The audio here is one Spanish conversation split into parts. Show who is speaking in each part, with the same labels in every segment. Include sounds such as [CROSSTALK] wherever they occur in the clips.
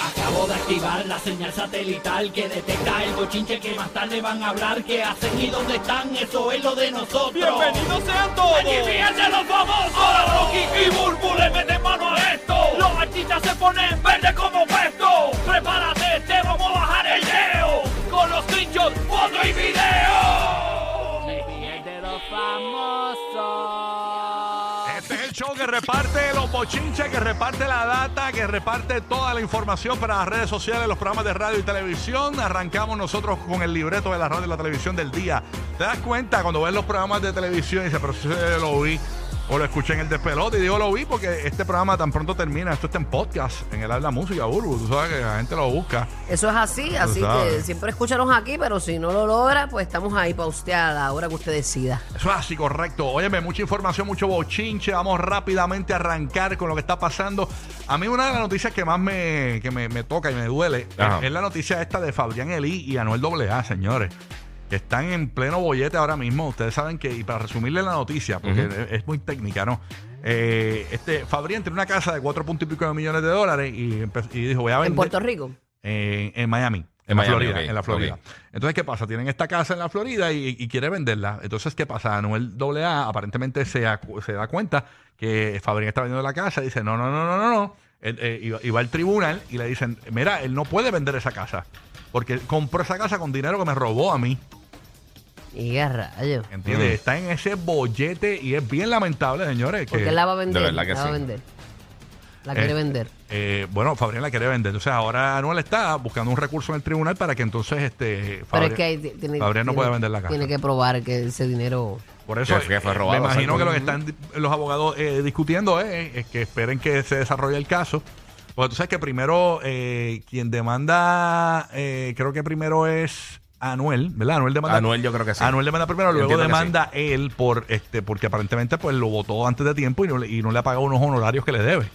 Speaker 1: Acabo de activar la señal satelital que detecta el bochinche que más tarde van a hablar. ¿Qué hacen y dónde están? Eso es lo de nosotros.
Speaker 2: ¡Bienvenidos sean todos!
Speaker 1: ¡Aquí fíjense los famosos!
Speaker 2: Ahora Rocky y Burbu le meten mano a esto.
Speaker 1: Los artistas se ponen verde como puesto. Prepárate, te vamos a bajar el leo. Con los trinchos, foto y video. de los famosos.
Speaker 2: Este es el show que reparte los bochinches, que reparte la data, que reparte toda la información para las redes sociales, los programas de radio y televisión. Arrancamos nosotros con el libreto de la radio y la televisión del día. ¿Te das cuenta cuando ves los programas de televisión y dices, pero si lo vi o lo escuché en el despelote? Y digo, lo vi porque este programa tan pronto termina. Esto está en podcast, en el Habla Música, Burbu. Tú sabes que la gente lo busca.
Speaker 3: Eso es así, así que
Speaker 2: sabes.
Speaker 3: siempre escúchanos aquí, pero si no lo logra, pues estamos ahí para usted a la hora que usted decida.
Speaker 2: Eso es así, correcto. Óyeme, mucha información, mucho bochinche. Vamos rápidamente a arrancar con lo que está pasando. A mí una de las noticias que más me, que me, me toca y me duele
Speaker 4: Ajá.
Speaker 2: es, es la noticia esta de Fabián Elí y Anuel AA, señores. Que están en pleno bollete ahora mismo. Ustedes saben que, y para resumirle la noticia, porque
Speaker 4: Ujú.
Speaker 2: es, es muy técnica, ¿no? Eh, este, Fabián tiene una casa de cuatro puntos y pico de millones de dólares y, empe- y dijo, voy a vender
Speaker 3: En Puerto Rico.
Speaker 2: en, en Miami.
Speaker 4: En
Speaker 2: En, la
Speaker 4: Miami,
Speaker 2: Florida,
Speaker 4: ok,
Speaker 2: en la Florida.
Speaker 4: ok.
Speaker 2: Entonces, ¿qué pasa? Tienen esta casa en la Florida y, y quiere venderla. Entonces, ¿qué pasa? Anuel AA aparentemente se, acu- se da cuenta que Fabrián está vendiendo la casa y dice, no, no, no, no, no, no. Él, eh, y va- y va al tribunal y le dicen, mira, él no puede vender esa casa porque él compró esa casa con dinero que me robó a mí.
Speaker 3: Y a rayos.
Speaker 2: ¿Entiendes?
Speaker 4: Mm.
Speaker 2: Está en ese bollete y es bien lamentable, señores.
Speaker 3: Porque
Speaker 2: que-
Speaker 3: él la va a vender.
Speaker 4: de verdad que
Speaker 3: la va a
Speaker 4: sí.
Speaker 3: vender. La quiere
Speaker 2: Eh,
Speaker 3: vender.
Speaker 2: eh, bueno, Fabrián la quiere vender. Entonces ahora Anuel está buscando un recurso en el tribunal para que entonces este
Speaker 3: Pero
Speaker 2: Fabrián-
Speaker 3: es que ahí t- tiene,
Speaker 2: Fabrián no
Speaker 3: tiene-
Speaker 2: puede vender la casa.
Speaker 3: Tiene que probar que ese dinero.
Speaker 2: Por eso
Speaker 4: Que fue- que fue
Speaker 2: eh,
Speaker 4: robado,
Speaker 2: me imagino
Speaker 4: exacto.
Speaker 2: que lo que están di- los abogados eh, discutiendo es, es que esperen que se desarrolle el caso. Porque tú sabes que primero eh, quien demanda, eh, creo que primero es Anuel, ¿verdad? Anuel demanda.
Speaker 4: Anuel yo creo que sí.
Speaker 2: Anuel demanda primero,
Speaker 4: Yo
Speaker 2: luego
Speaker 4: entiendo que
Speaker 2: demanda él por este, porque aparentemente pues lo votó antes de tiempo y no, le- y no le ha pagado unos honorarios que le debe.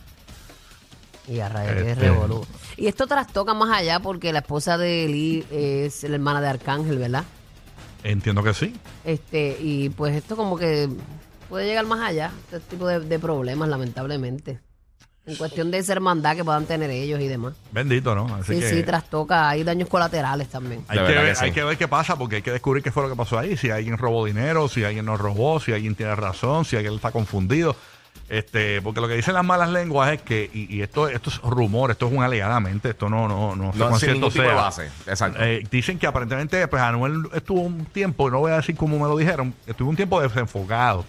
Speaker 3: Y a rayos, que
Speaker 2: Este.
Speaker 3: revolú. Y esto trastoca más allá porque la esposa de Eli es la hermana de Arcángel, ¿verdad?
Speaker 2: Entiendo que sí.
Speaker 3: Este, y pues esto como que puede llegar más allá, este tipo de, de problemas, lamentablemente. En cuestión de esa hermandad que puedan tener ellos y demás.
Speaker 2: Bendito, ¿no? Así
Speaker 3: sí,
Speaker 2: que
Speaker 3: sí, trastoca, hay daños colaterales también.
Speaker 2: hay,
Speaker 4: De
Speaker 2: que
Speaker 4: verdad
Speaker 2: ver,
Speaker 4: que sí.
Speaker 2: hay que ver qué pasa, porque hay que descubrir qué fue lo que pasó ahí. Si alguien robó dinero, si alguien no robó, si alguien tiene razón, si alguien está confundido. Este, porque lo que dicen las malas lenguas es que, y, y esto, esto es rumor, esto es un alegadamente, esto no, no, no, sé
Speaker 4: No,
Speaker 2: cuán
Speaker 4: sin
Speaker 2: cierto
Speaker 4: ningún tipo de
Speaker 2: sea.
Speaker 4: base. Exacto.
Speaker 2: Eh, dicen que aparentemente, pues Anuel estuvo un tiempo, y no voy a decir cómo me lo dijeron, estuvo un tiempo desenfocado.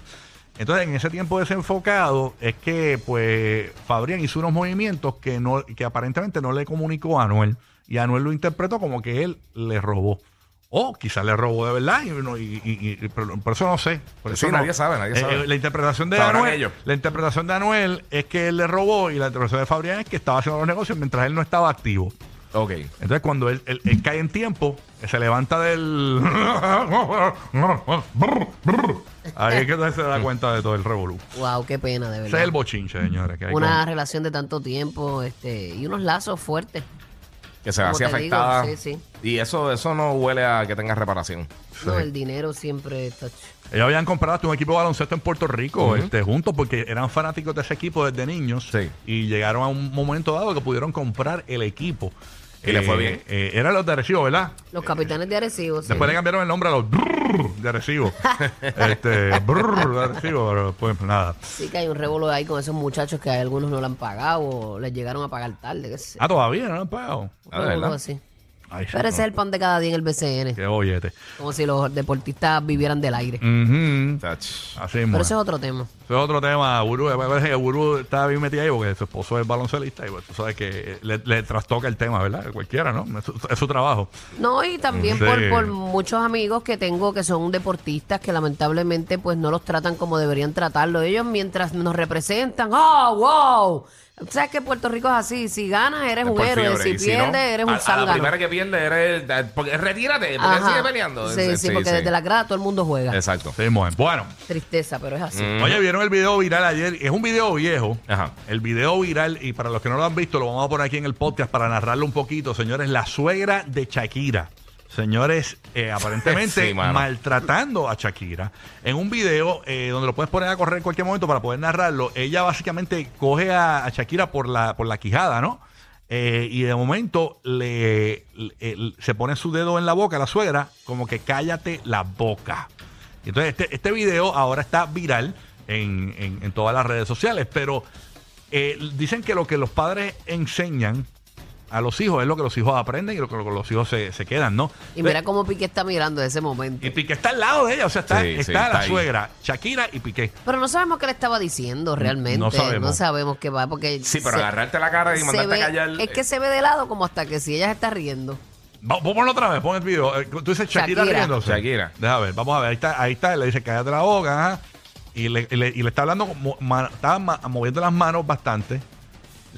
Speaker 2: Entonces, en ese tiempo desenfocado, es que, pues, Fabrián hizo unos movimientos que no, que aparentemente no le comunicó a Anuel. Y Anuel lo interpretó como que él le robó. O quizás le robó de verdad, y, no- y- y- y- pero por eso no sé. Por eso
Speaker 4: Sí,
Speaker 2: no-
Speaker 4: nadie sabe, nadie
Speaker 2: Eh,
Speaker 4: sabe.
Speaker 2: eh, La interpretación de
Speaker 4: Sabrán
Speaker 2: Anuel,
Speaker 4: ellos.
Speaker 2: la interpretación de Anuel es que él le robó, y la interpretación de Fabrián es que estaba haciendo los negocios mientras él no estaba activo.
Speaker 4: ok.
Speaker 2: Entonces, cuando él, él- él cae en tiempo, él se levanta del. Ahí es que entonces se da cuenta de todo el revolú.
Speaker 3: Wow, qué pena, de
Speaker 2: Ese
Speaker 3: verdad.
Speaker 2: es el bochinche, señores. que hay
Speaker 3: Una
Speaker 2: con-
Speaker 3: relación de tanto tiempo, este, y unos lazos fuertes.
Speaker 4: Que se va
Speaker 3: Como
Speaker 4: así
Speaker 3: te digo,
Speaker 4: afectada.
Speaker 3: sí, sí.
Speaker 4: Y eso, eso no huele a que tenga reparación.
Speaker 3: No,
Speaker 2: Sí.
Speaker 3: el dinero siempre está.
Speaker 2: Ellos habían comprado hasta un equipo de baloncesto en Puerto Rico
Speaker 4: Ujú.
Speaker 2: este, juntos porque eran fanáticos de ese equipo desde niños.
Speaker 4: Sí.
Speaker 2: Y llegaron a un momento dado que pudieron comprar el equipo.
Speaker 4: Y le fue bien.
Speaker 2: eh, eran los de Arecibo, ¿verdad?
Speaker 3: Los capitanes de Arecibo. sí.
Speaker 2: Después le cambiaron el nombre a los brrr de
Speaker 3: [LAUGHS]
Speaker 2: Arecibo. este, brrr de Arecibo, pero pues nada.
Speaker 3: Sí que hay un revuelo ahí con esos muchachos que algunos no lo han pagado o les llegaron a pagar tarde, qué sé. yo.
Speaker 2: Ah, todavía no lo han pagado.
Speaker 4: Ah, ¿de
Speaker 3: Algo
Speaker 4: verdad?
Speaker 3: así.
Speaker 2: Ay, sí,
Speaker 3: Pero ese
Speaker 2: no.
Speaker 3: es el pan de cada día en el BCN.
Speaker 2: Qué bollete.
Speaker 3: Como si los deportistas vivieran del
Speaker 4: Mm,
Speaker 3: aire.
Speaker 2: Ujú.
Speaker 4: Tach.
Speaker 2: Así mismo.
Speaker 3: Pero
Speaker 2: es.
Speaker 3: eso es otro tema.
Speaker 2: Eso es otro tema, Gurú. Me parece que Gurú está bien metido ahí porque su esposo es baloncelista y pues tú sabes que le, le trastoca el tema, ¿verdad? Cualquiera, ¿no? Es su, es su trabajo.
Speaker 3: No, y también
Speaker 2: Sí.
Speaker 3: por, por muchos amigos que tengo que son deportistas que lamentablemente pues no los tratan como deberían tratarlo. Ellos mientras nos representan, ¡oh, wow! Sabes que Puerto Rico es así, si ganas eres
Speaker 4: Es
Speaker 3: un
Speaker 4: por
Speaker 3: héroe,
Speaker 4: fiebre.
Speaker 3: si
Speaker 4: Y
Speaker 3: pierdes
Speaker 4: no,
Speaker 3: eres
Speaker 4: a-
Speaker 3: un
Speaker 4: A la primera
Speaker 3: zángano.
Speaker 4: que pierde eres. el- Porque, retírate, porque
Speaker 3: Ajá.
Speaker 4: sigue peleando.
Speaker 3: Sí, sí, porque desde la grada todo el mundo juega.
Speaker 4: Exacto.
Speaker 2: Sí, mismo es. Bueno,
Speaker 3: Tristeza, pero es así.
Speaker 2: oye, vieron el video viral ayer. Es un video viejo.
Speaker 4: Ajá.
Speaker 2: El video viral, y para los que no lo han visto, lo vamos a poner aquí en el podcast para narrarlo un poquito, señores. La suegra de Shakira. Señores, eh, aparentemente
Speaker 4: [LAUGHS] Sí, mano.
Speaker 2: maltratando a Shakira. En un video eh, donde lo puedes poner a correr en cualquier momento para poder narrarlo, ella básicamente coge a, a Shakira por la, por la quijada, ¿no? Eh, y de momento le, le- el- se pone su dedo en la boca, la suegra, como que cállate la boca. Y Entonces, este, este video ahora está viral en, en- en todas las redes sociales, pero eh, dicen que lo que los padres enseñan a los hijos es lo que los hijos aprenden y lo que lo que los hijos se, se quedan, ¿no?
Speaker 4: Mm.
Speaker 3: Y mira cómo Piqué está mirando ese momento.
Speaker 2: Y Piqué está al lado de ella, o sea, está,
Speaker 4: Sí, sí,
Speaker 2: está
Speaker 4: está
Speaker 2: la
Speaker 4: ahí.
Speaker 2: suegra, Shakira y Piqué.
Speaker 3: Pero no sabemos qué le estaba diciendo realmente.
Speaker 2: No sabemos.
Speaker 3: qué va, porque.
Speaker 4: Sí, pero
Speaker 3: se-
Speaker 4: agarrarte la cara y
Speaker 3: se
Speaker 4: mandarte
Speaker 3: ve-
Speaker 4: a callar. eh,
Speaker 3: Es que se ve de lado como hasta que si ella se está riendo.
Speaker 2: Va- pon- ponlo otra vez, pon el video. Eh, Tú dices Shakira,
Speaker 3: Shakira.
Speaker 2: riéndose.
Speaker 4: Shakira.
Speaker 2: Deja ver, vamos a ver. Ahí está, ahí está. Le dice, cállate la boca. ajá. Y le, y le- y le está hablando, como- ma- está ma- moviendo las manos bastante.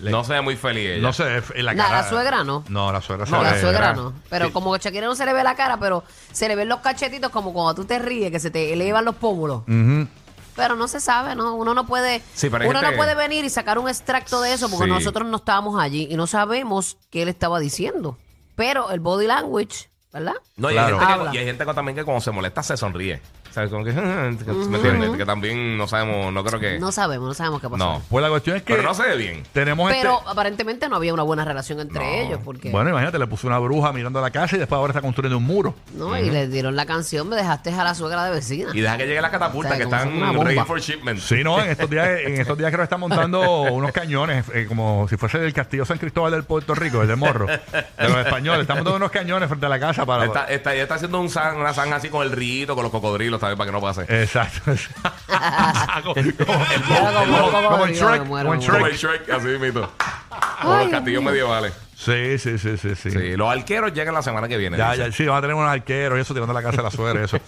Speaker 2: Le-
Speaker 4: no se ve muy feliz ella.
Speaker 2: no se ve en la
Speaker 3: Nah,
Speaker 2: cara.
Speaker 3: la suegra no.
Speaker 2: No, la suegra se
Speaker 3: No,
Speaker 2: ve-
Speaker 3: la suegra
Speaker 4: ¿verdad?
Speaker 3: no. Pero
Speaker 2: Sí.
Speaker 3: como que Shakira no se le ve la cara, pero se le ven los cachetitos como cuando tú te ríes, que se te elevan los pómulos.
Speaker 2: Ujú.
Speaker 3: Pero no se sabe, ¿no? Uno no puede,
Speaker 4: Sí, pero hay
Speaker 3: uno
Speaker 4: gente
Speaker 3: no
Speaker 4: que-
Speaker 3: puede venir y sacar un extracto de eso porque
Speaker 4: Sí.
Speaker 3: nosotros no estábamos allí y no sabemos qué él estaba diciendo. Pero el body language, ¿verdad?
Speaker 4: No, y,
Speaker 2: Claro.
Speaker 4: hay gente
Speaker 3: Habla.
Speaker 4: que, y hay gente que también que cuando se molesta se sonríe. ¿Sabes? Como que. [LAUGHS] ¿Me entiendes? Que también no sabemos, no creo que.
Speaker 3: No sabemos, no sabemos qué pasó.
Speaker 4: No.
Speaker 2: Pues la cuestión es que
Speaker 4: Pero no se ve bien.
Speaker 2: tenemos este-
Speaker 3: Pero aparentemente no había una buena relación entre
Speaker 4: No.
Speaker 3: ellos porque
Speaker 2: Bueno, imagínate, le puso una bruja mirando la casa y después ahora está construyendo un muro.
Speaker 3: no y le dieron la canción, me dejaste a la suegra de vecina.
Speaker 4: Y deja que llegue la catapulta
Speaker 3: O sea,
Speaker 4: que
Speaker 3: como son
Speaker 4: están
Speaker 3: una bomba.
Speaker 4: ready for shipment.
Speaker 2: Sí, no, en estos días, en estos días creo que están montando unos cañones, eh, como si fuese el castillo San Cristóbal del Puerto Rico, el de Morro, de los españoles. Están montando unos cañones frente a la casa para...
Speaker 4: Está, está, ella está haciendo un san, una zanja así con el rito, con los cocodrilos, también para que no pase.
Speaker 2: Eh, Exacto. [LAUGHS] como,
Speaker 3: Era como-
Speaker 2: como-
Speaker 3: como-
Speaker 2: como en
Speaker 3: yo me
Speaker 2: Shrek,
Speaker 3: muero,
Speaker 2: como en
Speaker 3: me
Speaker 4: Como
Speaker 2: Shrek.
Speaker 4: el Shrek, así mismo. Como
Speaker 3: Ay,
Speaker 4: los castillos
Speaker 3: Dios mío.
Speaker 4: medievales.
Speaker 2: Sí, sí, sí, sí, sí.
Speaker 4: Sí, los arqueros llegan la semana que viene.
Speaker 2: Ya,
Speaker 4: dice.
Speaker 2: ya, sí, van a tener unos arqueros y eso tirando la casa de la suegra, eso.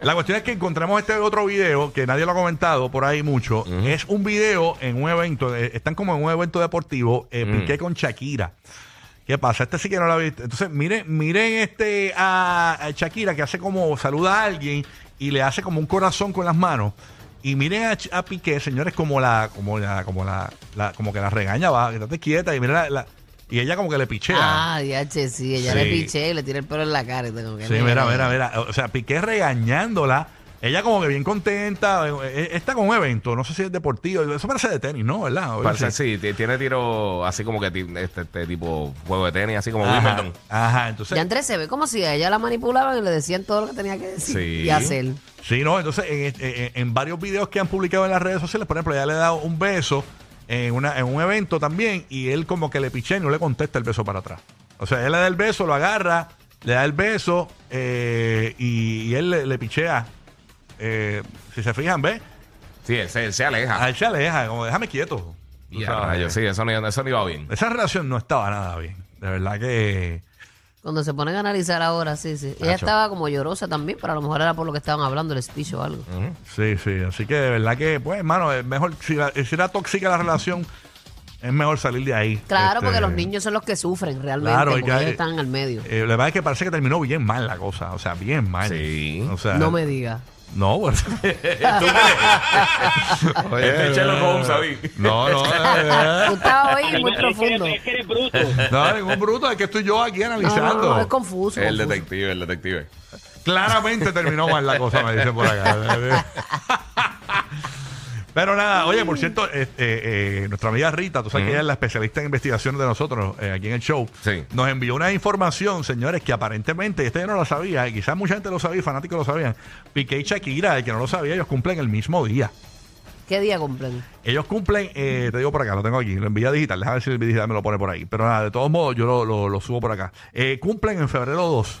Speaker 2: la cuestión es que encontramos este otro video que nadie lo ha comentado por ahí mucho. Es un video en un evento, eh, están como en un evento deportivo, eh, Piqué con Shakira. ¿Qué pasa? Este sí que no lo ha visto. Entonces, miren, miren este a, a Shakira que hace como saluda a alguien y le hace como un corazón con las manos. Y miren a, Ch- a Piqué, señores, como la, como la, como la, la- como que la regaña, va, quédate quieta y mira la, la- y ella como que le pichea.
Speaker 3: Ah, diache, sí, ella
Speaker 2: Sí.
Speaker 3: le piché y le tiré el pelo en la cara. y tengo que-
Speaker 2: Sí, mira, mira, mira. O sea, Piqué regañándola. Ella como que bien contenta. Eh, eh, Está con un evento, no sé si es deportivo. Eso parece de tenis, ¿no? ¿Verdad? O
Speaker 4: Parece,
Speaker 2: algo así.
Speaker 4: sí, ti- tiene tiro así como que ti- este, este tipo juego de tenis, así como
Speaker 2: Ajá,
Speaker 4: Wimbledon.
Speaker 2: ajá, entonces...
Speaker 3: Ya Andrés se ve como si a ella la manipulaban y le decían todo lo que tenía que decir
Speaker 4: Sí.
Speaker 3: y hacer.
Speaker 2: Sí, no, entonces en, este- en- en varios videos que han publicado en las redes sociales, por ejemplo, ella le ha dado un beso en, una, en un evento también y él como que le pichea y no le contesta el beso para atrás. O sea, él le da el beso, lo agarra, le da el beso eh, y, y él le, le pichea. Eh, si se fijan, ¿ves?
Speaker 4: Sí, él se, él se aleja.
Speaker 2: A él se aleja, como déjame quieto. Tú
Speaker 4: Y a
Speaker 2: sabes.
Speaker 4: rayos, sí, eso no, eso no iba bien.
Speaker 2: Esa relación no estaba nada bien. De verdad que.
Speaker 3: Cuando se ponen a analizar ahora, sí, sí. Ella
Speaker 2: Nacho.
Speaker 3: estaba como llorosa también, pero a lo mejor era por lo que estaban hablando, el speech o algo.
Speaker 2: Mm, Sí, sí. Así que de verdad que, pues, hermano, es mejor. Si, la- si era tóxica la relación, es mejor salir de ahí.
Speaker 3: Claro,
Speaker 2: Este,
Speaker 3: porque los niños son los que sufren realmente,
Speaker 2: Claro, hay
Speaker 3: porque
Speaker 2: que-
Speaker 3: ellos están en el medio.
Speaker 2: eh, la verdad es que parece que terminó bien mal la cosa. O sea, bien mal.
Speaker 4: Sí.
Speaker 2: O sea,
Speaker 3: no me digas.
Speaker 2: No, [LAUGHS] pues, bueno. [LAUGHS] Oye, eh,
Speaker 4: Este es Sherlock Holmes, ahí.
Speaker 2: No, no. eh, eh.
Speaker 3: Tú estabas
Speaker 1: [LAUGHS]
Speaker 3: hoy muy
Speaker 5: Es que eres-
Speaker 3: profundo.
Speaker 5: Es que eres bruto.
Speaker 2: [LAUGHS] No, ningún bruto. Es que estoy yo aquí
Speaker 3: No, no,
Speaker 2: analizando.
Speaker 3: no, es
Speaker 2: eh,
Speaker 3: confuso.
Speaker 4: El
Speaker 3: confuso.
Speaker 4: detective, el detective.
Speaker 2: Claramente terminó mal la cosa, me dicen por acá. Pero nada, oye, por cierto, eh, eh, eh, nuestra amiga Rita, tú sabes que ella es la especialista en investigaciones de nosotros eh, aquí en el show,
Speaker 4: Sí.
Speaker 2: nos envió una información, señores, que aparentemente, y esta yo no la sabía, y quizás mucha gente lo sabía, y fanáticos lo sabían, Piqué y Shakira, el que no lo sabía, ellos cumplen el mismo día.
Speaker 3: ¿Qué día cumplen?
Speaker 2: Ellos cumplen, eh, te digo por acá, lo tengo aquí, lo envía digital, déjame ver si el digital me lo pone por ahí. Pero nada, de todos modos, yo lo, lo- lo subo por acá. Eh, cumplen en febrero 2.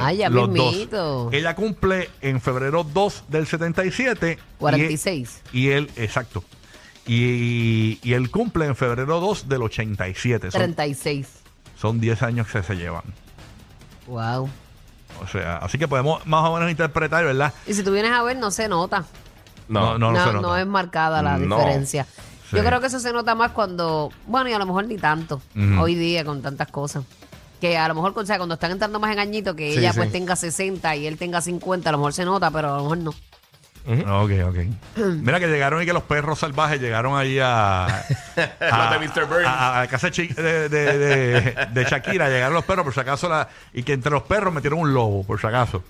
Speaker 3: Ay, ya
Speaker 2: Mm. Los dos.
Speaker 3: mismito.
Speaker 2: Ella cumple en febrero 2 del 77.
Speaker 3: 46.
Speaker 2: Y él, y él- exacto. Y, y él cumple en febrero 2 del 87. Son,
Speaker 3: 36.
Speaker 2: son 10 años que se llevan.
Speaker 3: Wow.
Speaker 2: O sea, así que podemos más o menos interpretar, ¿verdad?
Speaker 3: Y si tú vienes a ver, no se nota.
Speaker 4: No,
Speaker 2: No,
Speaker 3: No,
Speaker 2: no se
Speaker 3: no,
Speaker 2: nota.
Speaker 3: es marcada la
Speaker 4: No.
Speaker 3: diferencia.
Speaker 2: Sí.
Speaker 3: Yo creo que eso se nota más cuando, bueno, y a lo mejor ni tanto,
Speaker 2: Ujú.
Speaker 3: hoy día con tantas cosas. Que a lo mejor, o sea, cuando están entrando más en añito, que
Speaker 4: Sí,
Speaker 3: ella
Speaker 4: sí.
Speaker 3: pues tenga 60 y él tenga 50, a lo mejor se nota, pero a lo mejor no.
Speaker 2: Ah, Ok, ok. Mira que llegaron y que los perros salvajes llegaron ahí a. a
Speaker 4: Los de Mr. Burns.
Speaker 2: A, a la casa de, Chi- de- de- de- de Shakira. Llegaron los perros, por si acaso. La, y que entre los perros metieron un lobo, por si acaso.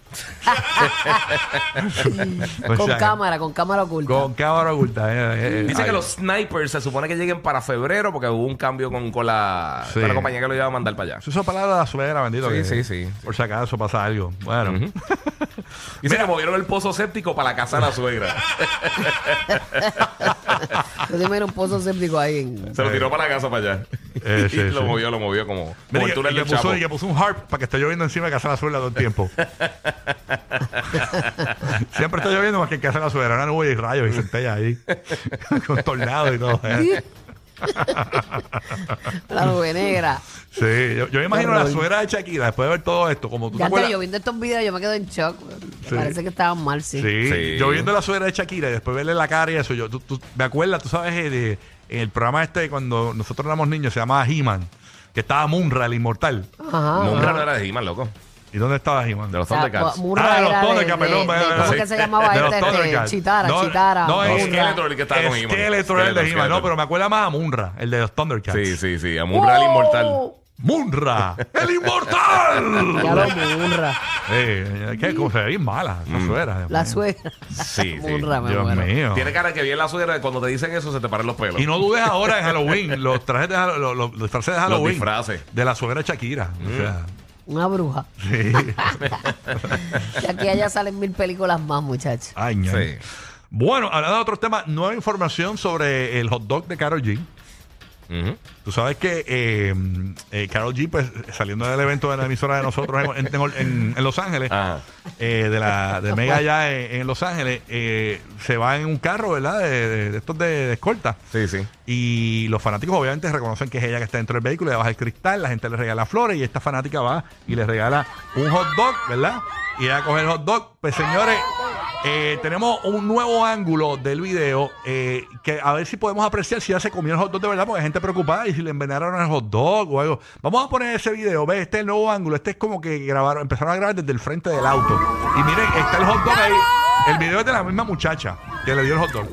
Speaker 2: Por si
Speaker 3: Con
Speaker 2: acaso.
Speaker 3: cámara, con cámara oculta.
Speaker 2: Con cámara oculta. eh, eh,
Speaker 4: Dice
Speaker 2: ahí.
Speaker 4: que los snipers se supone que lleguen para febrero porque hubo un cambio con, con la,
Speaker 2: Sí.
Speaker 4: con la compañía que lo iba a mandar para allá.
Speaker 2: Eso es palabra de la suegra, bendito.
Speaker 4: Sí,
Speaker 2: que-
Speaker 4: sí, sí.
Speaker 2: Por si acaso pasa algo. Bueno.
Speaker 4: Dice que movieron el pozo séptico para la casa de la suegra.
Speaker 3: Yo te miro un pozo séptico ahí. en-
Speaker 4: Se lo tiró para la casa para allá.
Speaker 2: Eh, sí,
Speaker 4: [LAUGHS] y lo
Speaker 2: sí.
Speaker 4: movió, lo movió como
Speaker 2: Mira,
Speaker 4: como el
Speaker 2: y-
Speaker 4: túnel
Speaker 2: y, le
Speaker 4: del
Speaker 2: puso,
Speaker 4: Chapo.
Speaker 2: y le puso un harp para que esté lloviendo encima de casa de la suegra todo el
Speaker 4: [LAUGHS]
Speaker 2: tiempo. Siempre está lloviendo más que en casa de la suegra. Una nube y rayos y centella ahí. [LAUGHS] con tornado y todo.
Speaker 3: [LAUGHS]
Speaker 2: ¿eh?
Speaker 3: La nube
Speaker 2: [LAUGHS]
Speaker 3: negra.
Speaker 2: Sí, yo, yo me imagino a la
Speaker 3: horror.
Speaker 2: suegra de Shakira después de ver todo esto. Como tú te
Speaker 3: Ya
Speaker 2: acuerdas.
Speaker 3: estoy yo viendo estos videos, yo me quedo en shock.
Speaker 2: Sí.
Speaker 3: Parece que estaban mal, sí.
Speaker 2: Sí,
Speaker 4: Sí.
Speaker 2: yo viendo la suegra de Shakira y después verle la cara y eso, yo, tú, tú- me acuerdas, tú sabes, eh, de, en el programa este de cuando nosotros éramos niños se llamaba He-Man, que estaba Munra, el inmortal.
Speaker 3: Ajá.
Speaker 4: No, hombre, no era de He-Man, loco.
Speaker 2: ¿Y dónde estaba He-Man?
Speaker 4: De los
Speaker 3: Ah, O sea,
Speaker 4: Thundercats.
Speaker 3: Murra
Speaker 2: Ah, de los
Speaker 3: era de-
Speaker 2: Thundercats,
Speaker 3: de-
Speaker 2: perdón,
Speaker 3: de-
Speaker 2: perdón,
Speaker 3: ¿Cómo
Speaker 2: perdón.
Speaker 3: que se llamaba
Speaker 2: De los
Speaker 3: este? Este,
Speaker 2: Thundercats.
Speaker 3: Chitara,
Speaker 2: No,
Speaker 3: Chitara.
Speaker 2: no,
Speaker 4: No,
Speaker 2: es-
Speaker 3: Murra.
Speaker 4: Skeletor, el que estaba con He-Man.
Speaker 2: Skeletor era el de
Speaker 4: Skeletor,
Speaker 2: He-Man, no,
Speaker 4: Skeletor.
Speaker 2: pero me acuerda más a Munra, el de los Thundercats.
Speaker 4: Sí, sí, sí. A Murra el
Speaker 3: [LAUGHS]
Speaker 4: inmortal. [LAUGHS]
Speaker 2: ¡Munra! ¡El inmortal!
Speaker 3: Ya lo murra.
Speaker 2: Eh, qué cosa, bien mala, la
Speaker 4: Mm.
Speaker 2: suegra. Dios
Speaker 3: La
Speaker 2: mío.
Speaker 3: suegra.
Speaker 4: Sí, sí.
Speaker 3: Murra, [LAUGHS] me
Speaker 2: Dios
Speaker 3: muero.
Speaker 2: mío.
Speaker 4: Tiene cara que bien la suegra. Cuando te dicen eso, se te paran los pelos.
Speaker 2: Y no dudes ahora en Halloween, [LAUGHS] los trajes de, Hall- los, los disfraces de Halloween.
Speaker 4: disfraces. Mm.
Speaker 2: De la suegra de Shakira. O sea,
Speaker 3: Una bruja.
Speaker 2: sí.
Speaker 3: [LAUGHS] Y aquí allá salen mil películas más, muchachos.
Speaker 2: Ay, ña.
Speaker 4: Sí.
Speaker 2: Bueno, hablando de otros temas, nueva información sobre el hot dog de Carol G.
Speaker 4: Ujú.
Speaker 2: Tú sabes que eh, eh, Karol G, pues saliendo del evento de la emisora de nosotros en, en- en- en Los
Speaker 4: [LAUGHS]
Speaker 2: Ángeles,
Speaker 4: Ajá.
Speaker 2: eh, de la de Mega allá en, en Los Ángeles, eh, se va en un carro, ¿verdad? De, de- de estos de, de escolta.
Speaker 4: Sí, sí.
Speaker 2: Y los fanáticos obviamente reconocen que es ella que está dentro del vehículo, ella baja el cristal, la gente le regala flores y esta fanática va y le regala un hot dog, ¿verdad? Y ella coge el hot dog. Pues señores, eh, tenemos un nuevo ángulo del video eh, que a ver si podemos apreciar si ya se comió el hot dog de verdad, porque hay gente preocupada y si le envenenaron el hot dog o algo. Vamos a poner ese video, ve, este es el nuevo ángulo, este es como que grabaron, empezaron a grabar desde el frente del auto. Y miren, está el hot dog ahí. El video es de la misma muchacha que le dio el hot dog.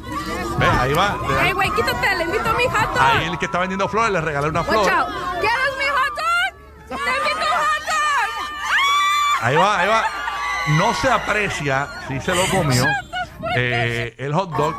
Speaker 2: Ve, ahí va. le da-
Speaker 5: Hey, güey, quítate, le invito a mi hot
Speaker 2: Ahí
Speaker 5: dog.
Speaker 2: el que está vendiendo flores le regaló una flor.
Speaker 5: Watch out. ¿Quieres mi hot dog? Te invito a un hot Ah! dog.
Speaker 2: Ahí va, ahí va. No se aprecia, sí se lo comió, eh, el hot dog,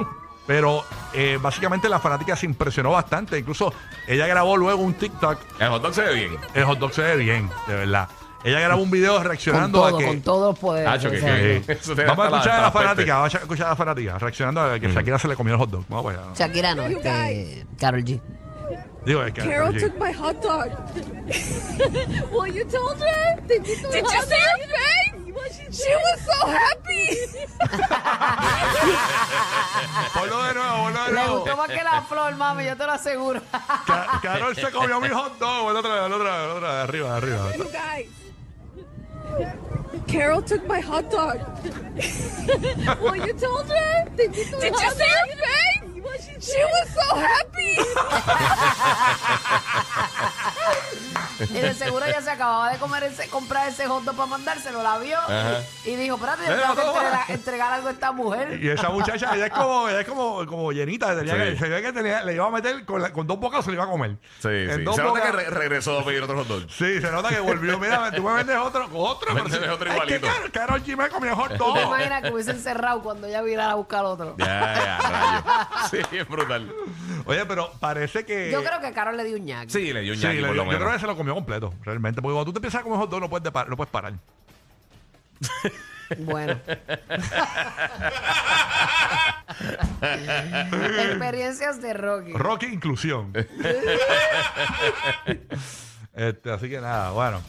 Speaker 2: pero eh, básicamente la fanática se impresionó bastante. Incluso ella grabó luego un TikTok.
Speaker 4: El hot dog se ve bien.
Speaker 2: El hot dog se ve bien, de verdad. Ella grabó un video
Speaker 3: Con
Speaker 2: reaccionando
Speaker 3: todo,
Speaker 2: a que...
Speaker 3: con todos los poderes.
Speaker 4: Hacho, que-
Speaker 3: o sea,
Speaker 2: Eh,
Speaker 4: Eso te da
Speaker 2: vamos a
Speaker 4: hasta la- Mm.
Speaker 2: escuchar a
Speaker 4: hasta
Speaker 2: la
Speaker 4: la peste.
Speaker 2: fanática, vamos a escuchar a la fanática, reaccionando a que Shakira se le comió el hot dog. Vamos allá.
Speaker 3: Shakira no, este, Carol G.
Speaker 2: Digo, es que...
Speaker 5: Carol
Speaker 2: oye.
Speaker 5: took my hot dog. [LAUGHS] well, you told her. Te invito a Did you see her face? She was so happy.
Speaker 2: Ponlo de nuevo, ponlo de
Speaker 3: Le
Speaker 2: nuevo.
Speaker 3: gustó más que la flor, mami, yo te lo aseguro. [LAUGHS]
Speaker 2: Ca- Carol se comió mi hot dog. El otra, el otra, el otra, de arriba, de arriba.
Speaker 5: [LAUGHS] You guys. Carol took my hot dog. [LAUGHS] well, you told her. Did you see her face? She was so happy.
Speaker 3: Y de seguro ya se acababa de comer ese, comprar ese hot dog para mandárselo, la vio
Speaker 4: Ajá.
Speaker 3: y dijo, espérate, yo
Speaker 2: Mira,
Speaker 3: tengo que
Speaker 2: toma.
Speaker 3: entregar, entregar algo a esta mujer.
Speaker 4: [LAUGHS]
Speaker 2: Y esa muchacha, ella es como, ella es como, como llenita, tenía que-
Speaker 4: Sí.
Speaker 2: se ve que tenía, le iba a meter con, la- con dos bocas, se le iba a comer.
Speaker 4: Sí,
Speaker 2: En
Speaker 4: sí.
Speaker 2: dos
Speaker 4: Se nota
Speaker 2: bocas-
Speaker 4: que re- regresó a pedir otro hot dog.
Speaker 2: Sí, se nota que volvió. Mira, tú me vendes otro, otro.
Speaker 4: Véndeme
Speaker 2: pero si-
Speaker 4: otro
Speaker 2: Ay, que
Speaker 4: igualito.
Speaker 2: Carol- Carol G me comió hot
Speaker 3: ¿Tú te
Speaker 2: dog.
Speaker 3: imaginas que hubiesen cerrado cuando ella virara a buscar otro?
Speaker 4: Ya, ya, rayo. Sí, es brutal.
Speaker 2: Oye, pero parece que.
Speaker 3: Yo creo que Carol le dio un ñaque.
Speaker 4: Sí, le dio un
Speaker 2: Sí,
Speaker 4: ñaqui
Speaker 2: le-
Speaker 4: por lo
Speaker 2: yo creo que
Speaker 4: menos.
Speaker 2: se lo comió completo, realmente. Porque cuando tú te empiezas a comer hot dog, no puedes, de par- no puedes parar.
Speaker 3: Bueno. Experiencias de Rocky.
Speaker 2: Rocky
Speaker 4: [LAUGHS]
Speaker 2: Inclusión. Este, así que nada, bueno.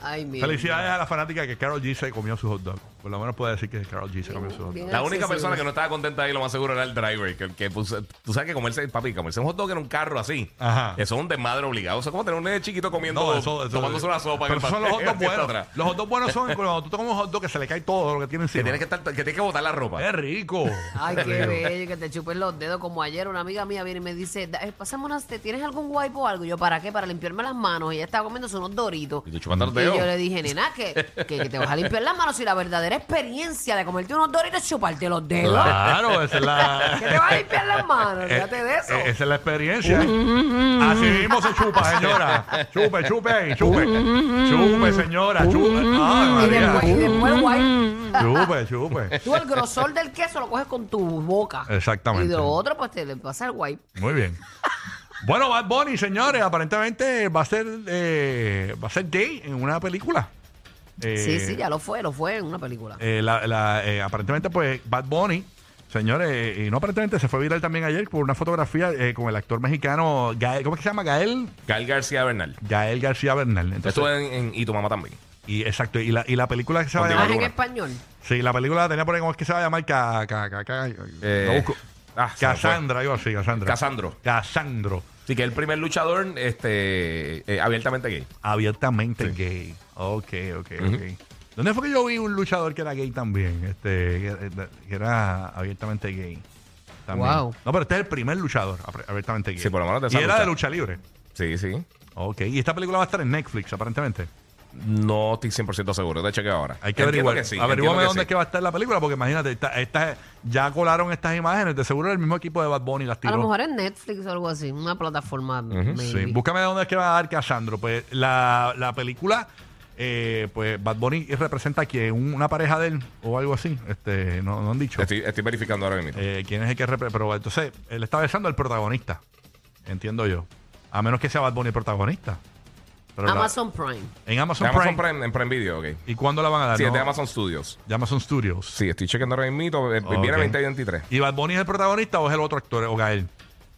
Speaker 3: Ay, mira.
Speaker 2: Felicidades a la fanática que Carol G se comió su hot dog. Por lo menos puede decir que Carol G se comió su hot dog.
Speaker 4: La única persona que no estaba contenta ahí, lo más seguro, era el driver. Que, que puso- tú sabes que comerse, papi, comerse un hot dog en un carro así.
Speaker 2: Ajá.
Speaker 4: Eso es un desmadre obligado. Eso es como tener un nene chiquito comiendo,
Speaker 2: No, eso, eso,
Speaker 4: tomándose una sopa.
Speaker 2: Pero
Speaker 4: en el
Speaker 2: esos son los hot dogs
Speaker 4: [LAUGHS] parque, hacia
Speaker 2: buenos.
Speaker 4: atrás.
Speaker 2: Los hot dogs buenos son cuando tú te comes un hot dog que se le cae todo lo que tiene
Speaker 4: Que
Speaker 2: encima.
Speaker 4: tienes que, estar, que tienes que botar la ropa.
Speaker 2: Es rico.
Speaker 3: Ay, qué bello, que te chupen los dedos. Como ayer una amiga mía viene y me dice, "Da- eh, pásame unas, ¿te ¿tienes algún wipe o algo? Y Yo, ¿para qué? Para limpiarme las manos. Y ella estaba comiéndose unos doritos.
Speaker 4: Y tú chupando los
Speaker 3: Y yo
Speaker 4: dedos.
Speaker 3: le dije, nena, que, que, que te vas a limpiar las manos si la verdadera primera experiencia de comerte unos Doritos y chuparte los dedos.
Speaker 2: Claro, esa es la.
Speaker 3: [LAUGHS] Que te vas a limpiar las manos, fíjate de eso. Uh,
Speaker 2: Eh, Esa es la experiencia. Así mismo se chupa, señora. Chupe, chupe,
Speaker 3: Uh,
Speaker 2: ahí, chupe. Chupe, señora, chupe.
Speaker 3: y
Speaker 2: Ay,
Speaker 3: después, Uh,
Speaker 2: María. Uh,
Speaker 3: y después guay.
Speaker 2: Chupe, chupe.
Speaker 3: Tú el grosor del queso lo coges con tu boca.
Speaker 2: Exactamente.
Speaker 3: Y de otro, pues te le pasa el guay.
Speaker 2: Muy bien. Bueno, Bad Bunny, señores, aparentemente va a ser eh, va a ser gay en una película. Eh,
Speaker 3: sí, sí, ya lo fue, lo fue en una película.
Speaker 2: eh, la- la, eh, aparentemente, pues, Bad Bunny, señores, eh, y no aparentemente, se fue viral también ayer por una fotografía eh, con el actor mexicano, Gael- ¿cómo es que se llama? Gael,
Speaker 4: Gael García Bernal.
Speaker 2: Gael García Bernal. Entonces,
Speaker 4: Estuvo en, en- Y tu mamá también.
Speaker 2: y, exacto, y la, y la película que se va a
Speaker 4: Contigo
Speaker 3: Más
Speaker 2: llamar,
Speaker 3: en
Speaker 4: Luna.
Speaker 3: español.
Speaker 2: sí, la película la tenía por ahí, ¿cómo es que se va a llamar? Ca, ca, ca, ca-
Speaker 4: Eh,
Speaker 2: lo busco.
Speaker 4: ah, se me fue.
Speaker 2: Cassandra, yo así, Cassandra.
Speaker 4: Casandro.
Speaker 2: Casandro,
Speaker 4: Así que el primer luchador este, eh, abiertamente gay.
Speaker 2: abiertamente
Speaker 4: Sí.
Speaker 2: gay. Ok, ok, ok. ¿Dónde fue que yo vi un luchador que era gay también? Este, que- que era abiertamente gay. También.
Speaker 3: Wow.
Speaker 2: No, pero este es el primer luchador abre- abiertamente gay.
Speaker 4: Sí, por lo menos de
Speaker 2: Y
Speaker 4: esa
Speaker 2: era de
Speaker 4: lucha.
Speaker 2: lucha libre.
Speaker 4: Sí, sí.
Speaker 2: Ok, y esta película va a estar en Netflix, aparentemente.
Speaker 4: No estoy 100% seguro. Te chequeo ahora.
Speaker 2: Hay que
Speaker 4: Entiendo
Speaker 2: averiguar.
Speaker 4: sí,
Speaker 2: Averiguame
Speaker 4: entiendo
Speaker 2: dónde es que
Speaker 4: sí.
Speaker 2: va a estar la película, porque imagínate, esta- esta- ya colaron estas imágenes. De seguro el mismo equipo de Bad Bunny las
Speaker 3: A
Speaker 2: tiró.
Speaker 3: lo mejor en Netflix o algo así, una plataforma.
Speaker 2: Sí,
Speaker 3: maybe.
Speaker 2: búscame de dónde es que va a dar Casandro. Pues la, la película, eh, pues Bad Bunny representa que un- una pareja de él o algo así. Este, no, no han dicho
Speaker 4: Estoy, estoy verificando ahora mismo.
Speaker 2: eh, quién es el que representa. Pero entonces, él está besando al protagonista. Entiendo yo. A menos que sea Bad Bunny el protagonista. Pero la-
Speaker 3: Amazon Prime.
Speaker 2: en Amazon,
Speaker 4: De Amazon
Speaker 2: Prime.
Speaker 4: Prime, en Prime Video, ok.
Speaker 2: ¿Y cuándo la van a dar?
Speaker 4: Sí, es
Speaker 2: No,
Speaker 4: de Amazon Studios.
Speaker 2: de Amazon Studios.
Speaker 4: Sí, estoy chequeando ahora mismo. eh,
Speaker 2: Ok.
Speaker 4: Viene 2023.
Speaker 2: ¿Y Bad Bunny es el protagonista o es el otro actor? ¿O Gael?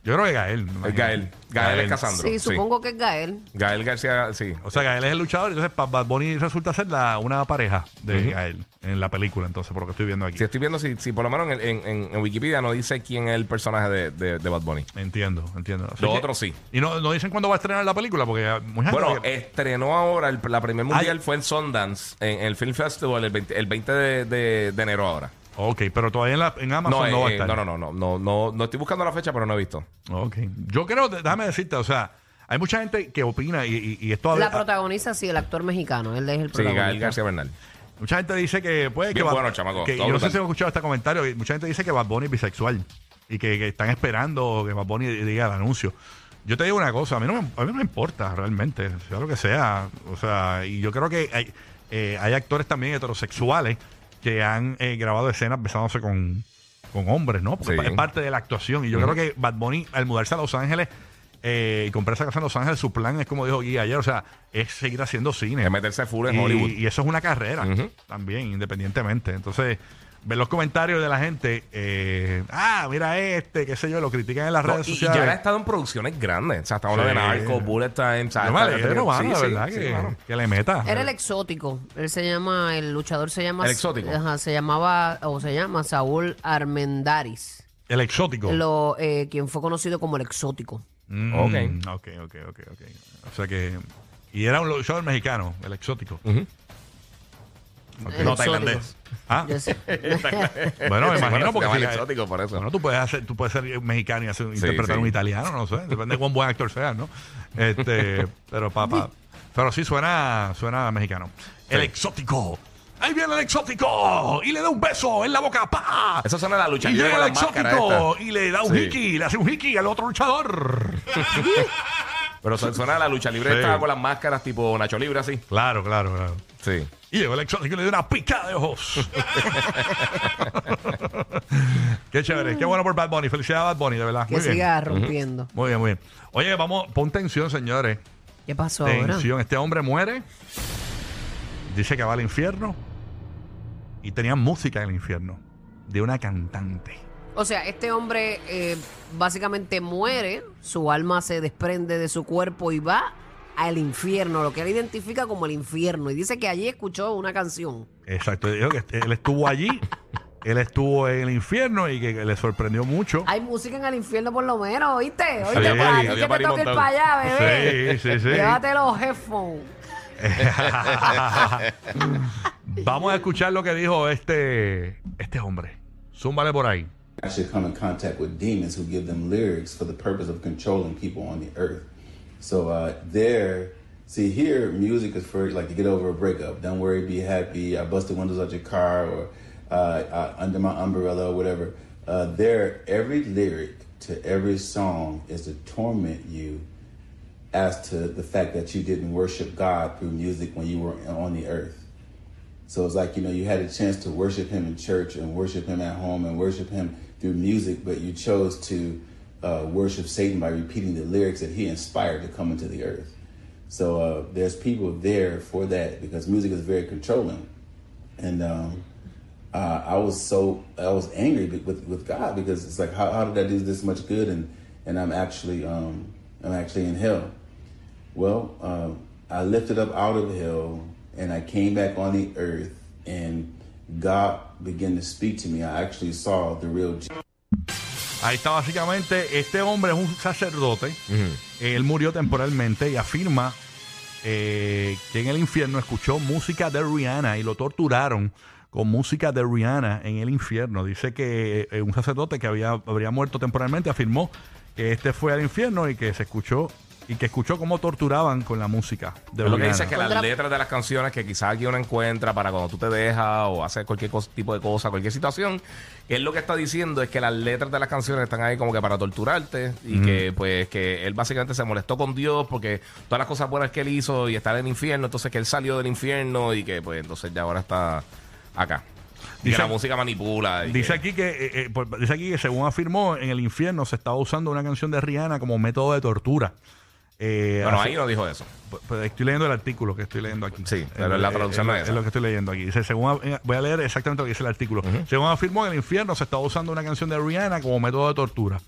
Speaker 2: Yo creo que Gael. me
Speaker 4: Es
Speaker 2: imagino.
Speaker 4: Gael. Gael es Casandro.
Speaker 3: Sí, supongo que es Gael.
Speaker 4: Gael García, sí.
Speaker 2: O sea, Gael es el luchador, entonces pa- Bad Bunny resulta ser la, una pareja de
Speaker 4: Ujú.
Speaker 2: Gael en la película, entonces, por lo que estoy viendo aquí.
Speaker 4: Si estoy viendo, si, si por lo menos en, en- en- en Wikipedia no dice quién es el personaje de, de- de Bad Bunny.
Speaker 2: Entiendo, entiendo. Así
Speaker 4: Lo
Speaker 2: que-
Speaker 4: otro sí.
Speaker 2: Y no, no dicen cuándo va a estrenar la película, porque ah, mucha gente
Speaker 4: Bueno, eh,
Speaker 2: que-
Speaker 4: estrenó ahora, el- la primer mundial
Speaker 2: Ay.
Speaker 4: fue en Sundance, en, en el Film Festival, el 20, el 20 de, de- de enero ahora.
Speaker 2: Ok, pero todavía en, la- en Amazon
Speaker 4: No,
Speaker 2: no,
Speaker 4: eh,
Speaker 2: va a
Speaker 4: eh,
Speaker 2: estar.
Speaker 4: no, no, no, no, no, no, no estoy buscando la fecha, pero no he visto.
Speaker 2: Ok. Yo creo, de- déjame decirte, o sea, hay mucha gente que opina y, y- y esto...
Speaker 3: La
Speaker 2: ah,
Speaker 3: protagoniza, sí, el actor mexicano. Él es el
Speaker 4: Sí,
Speaker 3: protagonista.
Speaker 4: Gael García Bernal.
Speaker 2: Mucha gente dice que puede que...
Speaker 4: Bien
Speaker 2: Bad-
Speaker 4: bueno, chamaco,
Speaker 2: que-
Speaker 4: todo
Speaker 2: yo no sé
Speaker 4: brutal.
Speaker 2: si han escuchado este comentario, y mucha gente dice que Bad Bunny es bisexual y que, que están esperando que Bad Bunny diga el anuncio. Yo te digo una cosa, a mí no me, a mí no me importa realmente, sea lo que sea. O sea, y yo creo que hay, eh, hay actores también heterosexuales que han eh, grabado escenas besándose con, con hombres, ¿no? Porque
Speaker 4: Sí.
Speaker 2: es parte de la actuación. Y yo creo que Bad Bunny, al mudarse a Los Ángeles eh, y comprarse esa casa en Los Ángeles, su plan es, como dijo Guía ayer, o sea, es seguir haciendo cine
Speaker 4: Es meterse full en
Speaker 2: y,
Speaker 4: Hollywood.
Speaker 2: y eso es una carrera
Speaker 4: Ujú.
Speaker 2: también, independientemente. Entonces, ver los comentarios de la gente, eh, ah, mira este, qué sé yo, lo critican en las
Speaker 4: No,
Speaker 2: redes
Speaker 4: y- y
Speaker 2: sociales.
Speaker 4: ya ha estado en producciones grandes. O sea, estamos hablando
Speaker 2: Sí.
Speaker 4: de Narco, Bullet Time. o sea,
Speaker 2: Yo me
Speaker 4: está-
Speaker 2: alegro, mano,
Speaker 4: sí,
Speaker 2: la
Speaker 4: sí,
Speaker 2: verdad,
Speaker 4: sí,
Speaker 2: que,
Speaker 4: mano.
Speaker 2: que le meta.
Speaker 3: Era el exótico. Él se llama, el luchador se llama.
Speaker 4: ¿El exótico?
Speaker 3: Ajá, se llamaba, o se llama Saúl Armendaris.
Speaker 2: El exótico.
Speaker 3: Lo, eh, quien fue conocido como el exótico.
Speaker 2: Mm,
Speaker 4: Ok.
Speaker 2: ok, ok, ok, ok. O sea que... Y era un luchador mexicano, el exótico.
Speaker 4: Ujú.
Speaker 2: Ok.
Speaker 3: El
Speaker 4: No,
Speaker 3: exótico.
Speaker 4: tailandés.
Speaker 2: Ah,
Speaker 3: Yo
Speaker 4: [LAUGHS]
Speaker 3: sé.
Speaker 2: bueno, me
Speaker 4: Sí, bueno,
Speaker 2: imagino
Speaker 4: se
Speaker 2: porque...
Speaker 4: llama
Speaker 2: si-
Speaker 4: el exótico por eso.
Speaker 2: Bueno, tú puedes, hacer, tú puedes ser mexicano y hacer, interpretar
Speaker 4: sí.
Speaker 2: un italiano, no sé. Depende de cuán buen actor seas, ¿no?
Speaker 4: [LAUGHS]
Speaker 2: Este, pero papá. Pero sí suena, suena mexicano. El
Speaker 4: Sí.
Speaker 2: exótico. Ahí viene el exótico. Y le da un beso en la boca. ¡Pa!
Speaker 4: Eso suena a la lucha
Speaker 2: Y
Speaker 4: libre
Speaker 2: llega el
Speaker 4: con la máscara
Speaker 2: exótico
Speaker 4: esta.
Speaker 2: y le da un
Speaker 4: Sí.
Speaker 2: hiki, le hace un hiki al otro luchador.
Speaker 4: Pero su- suena a la lucha libre
Speaker 2: Sí.
Speaker 4: estaba con las máscaras tipo Nacho Libre así.
Speaker 2: Claro, claro, claro.
Speaker 4: Sí.
Speaker 2: Y llegó el exótico y le dio una picada de
Speaker 4: [LAUGHS]
Speaker 2: ojos. qué chévere, qué bueno por Bad Bunny. Felicidades a Bad Bunny, de verdad.
Speaker 3: Que
Speaker 2: Muy bien.
Speaker 3: siga rompiendo.
Speaker 2: Muy bien, muy bien. Oye, vamos, pon tensión, señores.
Speaker 3: ¿Qué pasó ahora?
Speaker 2: Tensión. Este hombre muere. Dice que va al infierno. Y tenía música en el infierno. De una cantante.
Speaker 3: O sea, este hombre eh, básicamente muere, su alma se desprende de su cuerpo y va al infierno, lo que él identifica como el infierno. Y dice que allí escuchó una canción.
Speaker 2: Exacto. Dijo que él estuvo
Speaker 3: [LAUGHS]
Speaker 2: allí. él estuvo en el infierno y que le sorprendió mucho.
Speaker 3: Hay música en el infierno por lo menos, ¿oíste?
Speaker 2: Sí,
Speaker 3: Oíste, para pues, ti
Speaker 2: había
Speaker 3: que te toque
Speaker 4: party
Speaker 3: ir
Speaker 4: montado.
Speaker 3: para allá,
Speaker 2: Sí,
Speaker 3: bebé.
Speaker 2: sí, sí.
Speaker 3: Llévate los headphones.
Speaker 2: Vamos a escuchar lo que dijo este, este hombre. Zúmbale por ahí.
Speaker 6: actually come in contact with demons who give them lyrics for the purpose of controlling people on the earth. So uh, there, See, here, music is for like to get over a breakup. Don't worry, be happy. I bust the windows out your car or uh, uh, under my umbrella or whatever. Uh, there, every lyric to every song is to torment you as to the fact that you didn't worship God through music when you were on the earth. So it's like, you know, you had a chance to worship him in church and worship him at home and worship him through music, but you chose to uh, worship Satan by repeating the lyrics that he inspired to come into the earth. So uh, there's people there for that because music is very controlling. And um, uh, I was so, I was angry be- with, with God because it's like, how, how did I do this much good? And, and I'm actually, um, I'm actually in hell. Well, um, I lifted up out of hell and I came back on the earth, and God began to speak to me. I actually saw the real Jesus.
Speaker 2: Ahí está básicamente, este hombre es un sacerdote, él murió temporalmente y afirma eh, que en el infierno escuchó música de Rihanna y lo torturaron con música de Rihanna en el infierno. Dice que eh, un sacerdote que había, habría muerto temporalmente afirmó que este fue al infierno y que se escuchó y que escuchó cómo torturaban con la música de
Speaker 4: Pero lo que
Speaker 2: Rihanna.
Speaker 4: dice es que
Speaker 3: Contra-
Speaker 4: las letras de las canciones que quizás aquí uno encuentra para cuando tú te dejas o haces cualquier cos- tipo de cosa, cualquier situación, él lo que está diciendo es que las letras de las canciones están ahí como que para torturarte y que pues que él básicamente se molestó con Dios porque todas las cosas buenas que él hizo y estar en el infierno, entonces que él salió del infierno y que pues entonces ya ahora está acá. Y
Speaker 2: Dice-
Speaker 4: que la música manipula. y
Speaker 2: Dice
Speaker 4: que-
Speaker 2: aquí que, eh, eh, por- dice aquí que según afirmó, en el infierno se estaba usando una canción de Rihanna como método de tortura. Eh,
Speaker 4: Bueno,
Speaker 2: así-
Speaker 4: ahí no dijo eso.
Speaker 2: P- pero Pues, estoy leyendo el artículo que estoy leyendo aquí.
Speaker 4: Sí, pero la traducción
Speaker 2: es,
Speaker 4: no
Speaker 2: lo-
Speaker 4: es
Speaker 2: es
Speaker 4: esa.
Speaker 2: lo que estoy leyendo aquí. Dice, según, eh, voy a leer exactamente lo que dice el artículo. Según afirmó, en el infierno se estaba usando una canción de Rihanna como método de tortura.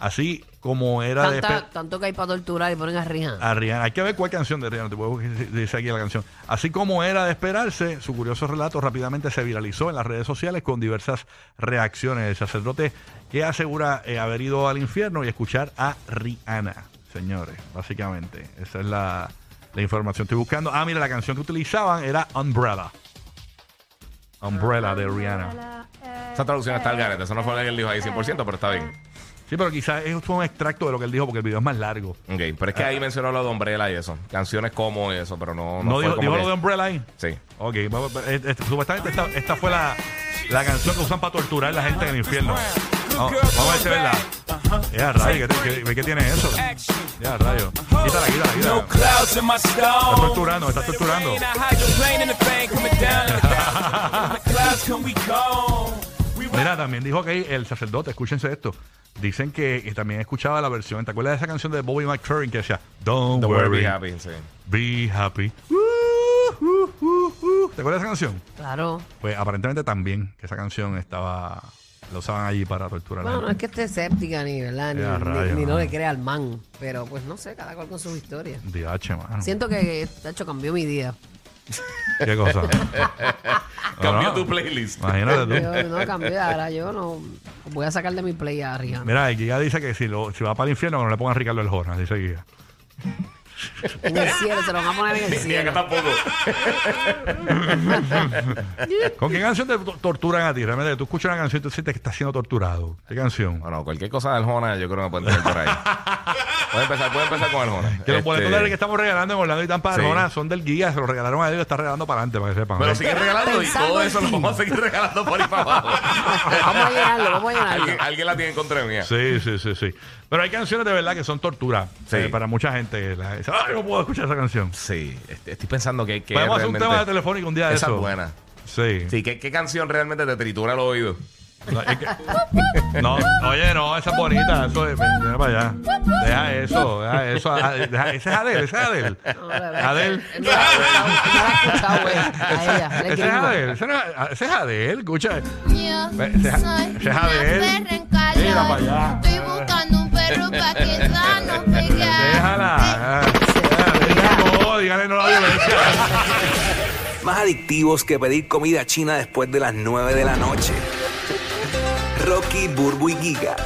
Speaker 2: Así como era de...
Speaker 3: Tanta- tanto que hay para torturar y ponen a Rihanna.
Speaker 2: A Rihanna. Hay que ver cuál canción de Rihanna. Te puedo decir- dice aquí la canción. Así como era de esperarse, su curioso relato rápidamente se viralizó en las redes sociales con diversas reacciones. El sacerdote que asegura eh, haber ido al infierno y escuchar a Rihanna, señores, básicamente. Esa es la, la información. Estoy buscando. Ah, mira, la canción que utilizaban era Umbrella. Umbrella de Rihanna.
Speaker 4: Esa traducción está al garete. Eso no fue lo que él dijo ahí 100%, pero está bien.
Speaker 2: Sí, pero quizás esto es un extracto de lo que él dijo porque el video es más largo.
Speaker 4: Ok, pero es que ahí mencionó lo de Umbrella y eso. Canciones como eso, pero no. No,
Speaker 2: No,
Speaker 4: fue
Speaker 2: dijo,
Speaker 4: como
Speaker 2: dijo
Speaker 4: que-
Speaker 2: lo de Umbrella ahí.
Speaker 4: Sí.
Speaker 2: Ok, vamos, eh, eh, supuestamente esta, esta fue la, la canción que usan para torturar a la gente en el infierno. Vamos, vamos a ver si es verdad. Ya, rayo, ¿qué, qué, ve qué tiene eso? Ya, rayo. Quítala, quítala, quítala.
Speaker 7: Clouds in my
Speaker 2: Está
Speaker 7: stone.
Speaker 2: torturando, está torturando.
Speaker 7: I hydroplane in the bank coming down. in The clouds can we go? We
Speaker 2: Mira, también dijo que el sacerdote, escúchense esto. Dicen que, que también escuchaba la versión. ¿Te acuerdas de esa canción de Bobby McFerrin que decía Don't,
Speaker 4: The World
Speaker 2: worry,
Speaker 4: Be Happy, sí.
Speaker 2: be happy? Uh, uh, uh, uh. ¿Te acuerdas de esa canción?
Speaker 3: Claro.
Speaker 2: Pues aparentemente también que esa canción estaba. La usaban allí para torturar a la
Speaker 3: Bueno, no
Speaker 2: gente.
Speaker 3: es que esté escéptica ni, ¿verdad? Ni,
Speaker 2: Ya,
Speaker 3: ni-
Speaker 2: rayos,
Speaker 3: ni no
Speaker 2: mano.
Speaker 3: le crea al man. Pero pues no sé, cada cual con sus historias.
Speaker 2: DH, mano.
Speaker 3: Siento que, de hecho, cambió mi día.
Speaker 2: ¿Qué cosa?
Speaker 4: Ah, Cambió
Speaker 2: No, no.
Speaker 4: tu playlist.
Speaker 2: Imagínate tú.
Speaker 3: Yo no cambié, ahora yo no voy a sacar de mi play a Rihanna.
Speaker 2: Mira, el Giga dice que si, lo, si va para el infierno, que no le pongan a Ricardo el Jorna, dice Giga.
Speaker 3: En el cielo, se lo van a poner en el
Speaker 4: Ni acá
Speaker 3: cielo.
Speaker 4: tampoco.
Speaker 2: ¿Con qué canción te to- torturan a ti? Realmente, tú escuchas una canción y tú sientes que estás siendo torturado. ¿Qué canción?
Speaker 4: Bueno, cualquier cosa de Arjona, yo creo que pueden tener por ahí. Pueden empezar, pueden empezar con Arjona.
Speaker 2: Que los
Speaker 4: Este,
Speaker 2: boletos de que estamos regalando en Orlando y Tampa de
Speaker 4: Sí.
Speaker 2: Arjona son del Giga, se los regalaron a él y lo está regalando para adelante, para que sepan. ¿eh?
Speaker 4: Pero
Speaker 2: ¿ok?
Speaker 4: siguen regalando y
Speaker 3: Pensando
Speaker 4: todo
Speaker 3: en
Speaker 4: eso
Speaker 3: ti.
Speaker 4: lo vamos a seguir regalando por ahí para abajo.
Speaker 3: Vamos a llenarlo, vamos a llenarlo.
Speaker 4: Alguien, alguien la tiene en contra mía.
Speaker 2: Sí, sí, sí, sí. Pero hay canciones de verdad que son tortura
Speaker 4: Sí.
Speaker 2: eh, para mucha gente. La- dice, Ay, no puedo escuchar esa canción.
Speaker 4: Sí, este, estoy pensando que. que
Speaker 2: Podemos hacer un
Speaker 4: realmente-
Speaker 2: tema de telefónico un día de
Speaker 4: Esa
Speaker 2: eso.
Speaker 4: es buena.
Speaker 2: Sí.
Speaker 4: Sí, ¿qué, ¿qué canción realmente te tritura el oído?
Speaker 2: No, es que- no, oye, no, esa es bonita. Eso es, ven, ven para allá. Deja eso, deja eso. a- deja- ese es Adel, ese es Adel.
Speaker 3: No, de verdad,
Speaker 2: Adel.
Speaker 3: él No la no la ha escuchado, güey. A ella, él
Speaker 2: Ese
Speaker 3: es
Speaker 2: es
Speaker 3: gringo.
Speaker 2: Adel, ese no es- ese es Adel, escucha.
Speaker 8: Yo
Speaker 2: Ve, se-
Speaker 8: soy
Speaker 2: se
Speaker 8: una
Speaker 2: jade él.
Speaker 8: perra en
Speaker 2: Mira pa'
Speaker 8: calor.
Speaker 2: allá.
Speaker 8: Estoy buscando un perro para que no nos pegue.
Speaker 2: Déjala. ah, déjala, No, dígale no la violencia.
Speaker 9: Más adictivos que pedir comida china después de las 9 de la noche. Rocky, Burbu y Giga.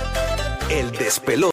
Speaker 9: El despeló.